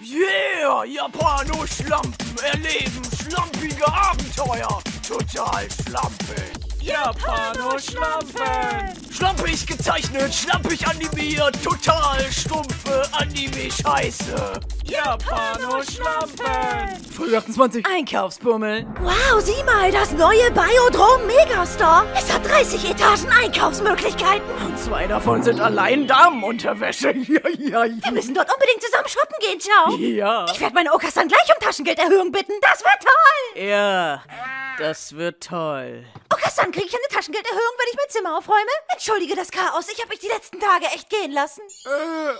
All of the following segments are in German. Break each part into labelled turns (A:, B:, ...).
A: Yeah, Japano-Schlampen erleben schlampige Abenteuer. Total schlampig.
B: Japano-Schlampen.
A: Schlampig gezeichnet, schlampig animiert, total stumpfe Anime-Scheiße.
B: Japano-Schlampen.
A: Früh 28. Einkaufsbummel.
C: Wow, sieh mal, das neue Biodrom Megastore. Es hat 30 Etagen Einkaufsmöglichkeiten.
A: Und zwei davon sind allein Damenunterwäsche. ja, ja,
C: Wir müssen dort unbedingt zusammen shoppen gehen, Ciao.
A: ja.
C: Ich werde meine Okas dann gleich um Taschengelderhöhung bitten. Das wird toll.
A: Ja, das wird toll.
C: Okas-san, kriege ich eine Taschengelderhöhung, wenn ich mein Zimmer aufräume? Entschuldige das Chaos. Ich habe mich die letzten Tage echt gehen lassen.
A: Äh,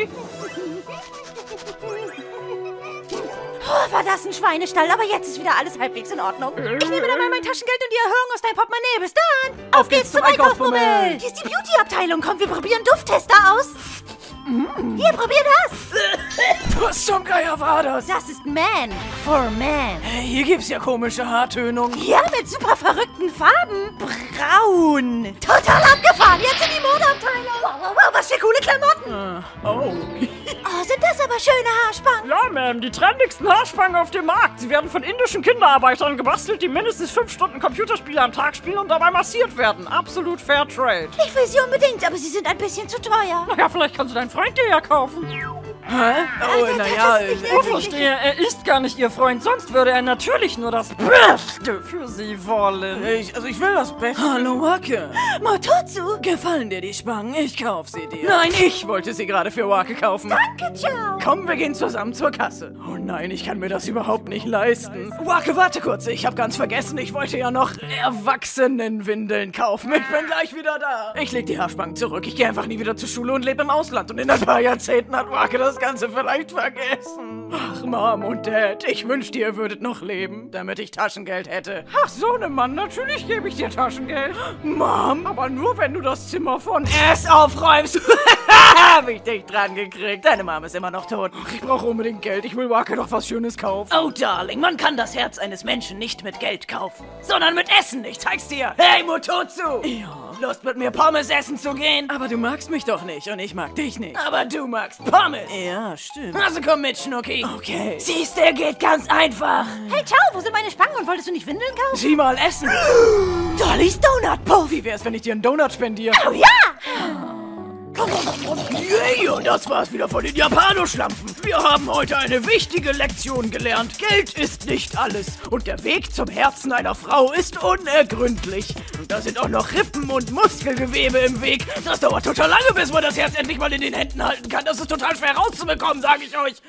A: okay.
C: Oh, war das ein Schweinestall, aber jetzt ist wieder alles halbwegs in Ordnung. Ich nehme dabei mein Taschengeld und die Erhöhung aus deinem Portemonnaie. Bis dann. Auf,
A: geht's zum Einkaufsbummel.
C: Hier ist die Beauty-Abteilung. Komm, wir probieren Dufttester aus.
A: Mm.
C: Hier, probier das.
A: Was zum Geier war das?
C: Das ist Man for Man.
A: Hey, Äh, hier gibt's ja komische Haartönungen.
C: Ja, mit super verrückten Farben. Braun. Total abgefahren. Jetzt in die Modeabteilung. Wow, wow, wow, was für coole Klamotten.
A: Oh.
C: Oh, sind das aber schöne Haarspangen.
B: Ja, Ma'am, die trendigsten Haarspangen auf dem Markt. Sie werden von indischen Kinderarbeitern gebastelt, die mindestens fünf Stunden Computerspiele am Tag spielen und dabei massiert werden. Absolut fair trade.
C: Ich will sie unbedingt, aber sie sind ein bisschen zu teuer.
B: Naja, vielleicht kannst du deinen Freund dir ja kaufen.
A: Hä? Oh,
C: Äh, das
A: naja.
C: ist nicht
B: Ich verstehe, er ist gar nicht ihr Freund, sonst würde er natürlich nur das Beste für sie wollen.
A: Ich, also ich will das Beste. Hallo, Wacke.
C: Mototsu.
A: Gefallen dir die Spangen? Ich kauf sie dir. Nein, ich wollte sie gerade für Wake kaufen.
C: Danke, ciao.
A: Komm, wir gehen zusammen zur Kasse. Oh nein, ich kann mir das überhaupt nicht leisten. Wake, warte kurz. Ich habe ganz vergessen, ich wollte ja noch Erwachsenenwindeln kaufen. Ich bin gleich wieder da. Ich leg die Haarspangen zurück. Ich gehe einfach nie wieder zur Schule und lebe im Ausland. Und in ein paar Jahrzehnten hat Wake das Ganze vielleicht vergessen. Ach, Mom und Dad, ich wünschte, ihr würdet noch leben, damit ich Taschengeld hätte.
B: Ach so, ne Mann, natürlich gebe ich dir Taschengeld.
A: Mom,
B: Aber nur, wenn du das Zimmer von...
A: es aufräumst. Hab ich dich dran gekriegt. Deine Mom ist immer noch tot.
B: Ich brauche unbedingt Geld, ich will Wake doch was Schönes kaufen.
A: Oh, Darling, man kann das Herz eines Menschen nicht mit Geld kaufen, sondern mit Essen. Ich zeig's dir. Hey, Mototsu! Ja. Lust mit mir Pommes essen zu gehen?
B: Aber du magst mich doch nicht und ich mag dich nicht.
A: Aber du magst Pommes.
B: Ja, stimmt.
A: Also komm mit, Schnucki.
B: Okay.
A: Siehst du, geht ganz einfach.
C: Hey, ciao, wo sind meine Spangen und wolltest du nicht Windeln kaufen?
A: Sieh mal essen.
C: Dolly's Donut Puff.
B: Wie wär's, wenn ich dir einen Donut spendiere?
C: Oh ja.
A: Yay, und das war's wieder von den Japanoschlampen. Wir haben heute eine wichtige Lektion gelernt. Geld ist nicht alles. Und der Weg zum Herzen einer Frau ist unergründlich. Und da sind auch noch Rippen und Muskelgewebe im Weg. Das dauert total lange, bis man das Herz endlich mal in den Händen halten kann. Das ist total schwer rauszubekommen, sage ich euch.